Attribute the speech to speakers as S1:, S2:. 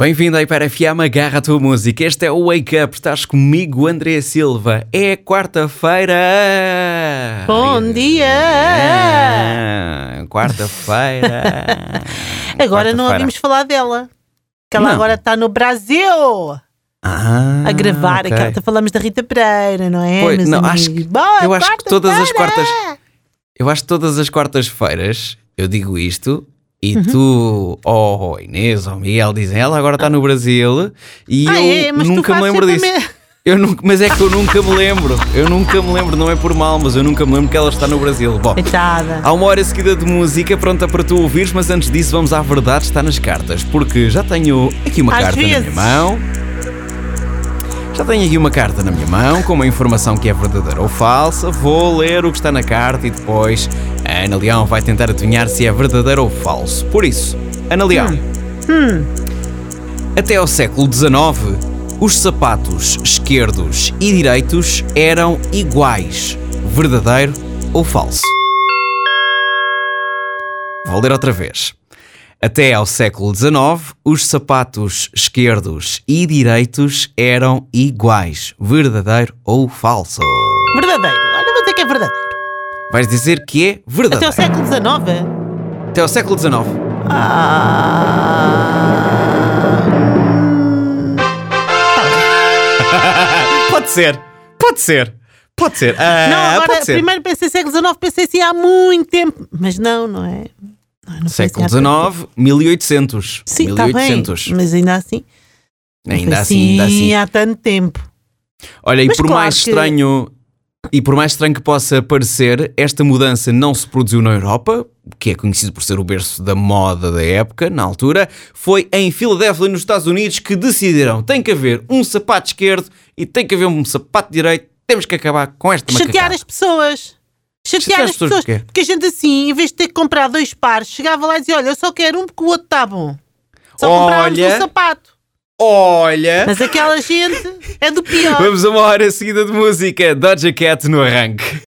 S1: Bem-vindo aí para a FM, agarra a tua música. Este é o Wake Up, estás comigo, André Silva. É quarta-feira!
S2: Bom dia!
S1: Ah, Quarta-feira!
S2: Agora não
S1: Quarta-feira.
S2: ouvimos falar dela. Que ela
S1: Não.
S2: agora está no Brasil
S1: Ah,
S2: a gravar.
S1: ok.
S2: Aquela, tá, falamos da Rita Pereira, não é?
S1: Pois,
S2: meus
S1: não, acho
S2: amigos?
S1: que-
S2: Boa
S1: eu acho que todas as
S2: é quarta-feira!
S1: Eu acho que todas as quartas-feiras eu digo isto e
S2: Uhum.
S1: tu, ou Inês ou Miguel, dizem ela agora está no Brasil e
S2: Ah,
S1: eu
S2: é, mas tu
S1: nunca me
S2: fazes
S1: lembro disso.
S2: sempre a
S1: Eu nunca, mas é que eu nunca me lembro. Eu nunca me lembro, não é por mal, mas eu nunca me lembro que ela está no Brasil. Bom,
S2: Coitada.
S1: há uma hora seguida de música pronta para tu ouvires, mas antes disso vamos à verdade, está nas cartas, porque já tenho aqui uma
S2: Às
S1: carta na minha
S2: vezes.
S1: mão. Já tenho aqui uma carta na minha mão com uma informação que é verdadeira ou falsa. Vou ler o que está na carta e depois a Ana Leão vai tentar adivinhar se é verdadeiro ou falso. Por isso, Ana Leão.
S2: Hum.
S1: Até ao século XIX, os sapatos esquerdos e direitos eram iguais. Verdadeiro ou falso? Vou ler outra vez. Até ao século XIX, os sapatos esquerdos e direitos eram iguais. Verdadeiro ou falso?
S2: Verdadeiro. Olha, vou dizer que é verdadeiro.
S1: Vais dizer que é
S2: Até
S1: verdadeiro.
S2: o século XIX.
S1: Até ao século XIX. Ah. Pode ser. Pode ser. Pode ser. Ah,
S2: não, agora,
S1: pode ser.
S2: primeiro pensei século XIX, pensei assim há muito tempo. Mas não, não é? Não, não
S1: Século
S2: pensei há tanto tempo.
S1: XIX, 1800.
S2: Sim, está bem.
S1: 1800.
S2: Mas ainda assim.
S1: Ainda
S2: Foi
S1: assim, ainda assim.
S2: há tanto tempo.
S1: Olha, e
S2: Mas
S1: por
S2: claro
S1: mais
S2: que-
S1: estranho e por mais estranho que possa parecer, esta mudança não se produziu na Europa, que é conhecido por ser o berço da moda da época, na altura, foi em Filadélfia, nos Estados Unidos, que decidiram, tem que haver um sapato esquerdo e tem que haver um sapato direito, temos que acabar com esta
S2: Chatear
S1: macacada.
S2: as pessoas. é Chatear, as pessoas.
S1: porquê?
S2: Porque a gente assim, em vez de ter que comprar dois pares, chegava lá e dizia: Olha, eu só quero um porque o outro está bom. Só comprávamos
S1: Olha.
S2: um sapato.
S1: Olha,
S2: Mas aquela gente é do pior.
S1: vamos a uma hora seguida de música, Doja Cat no arranque.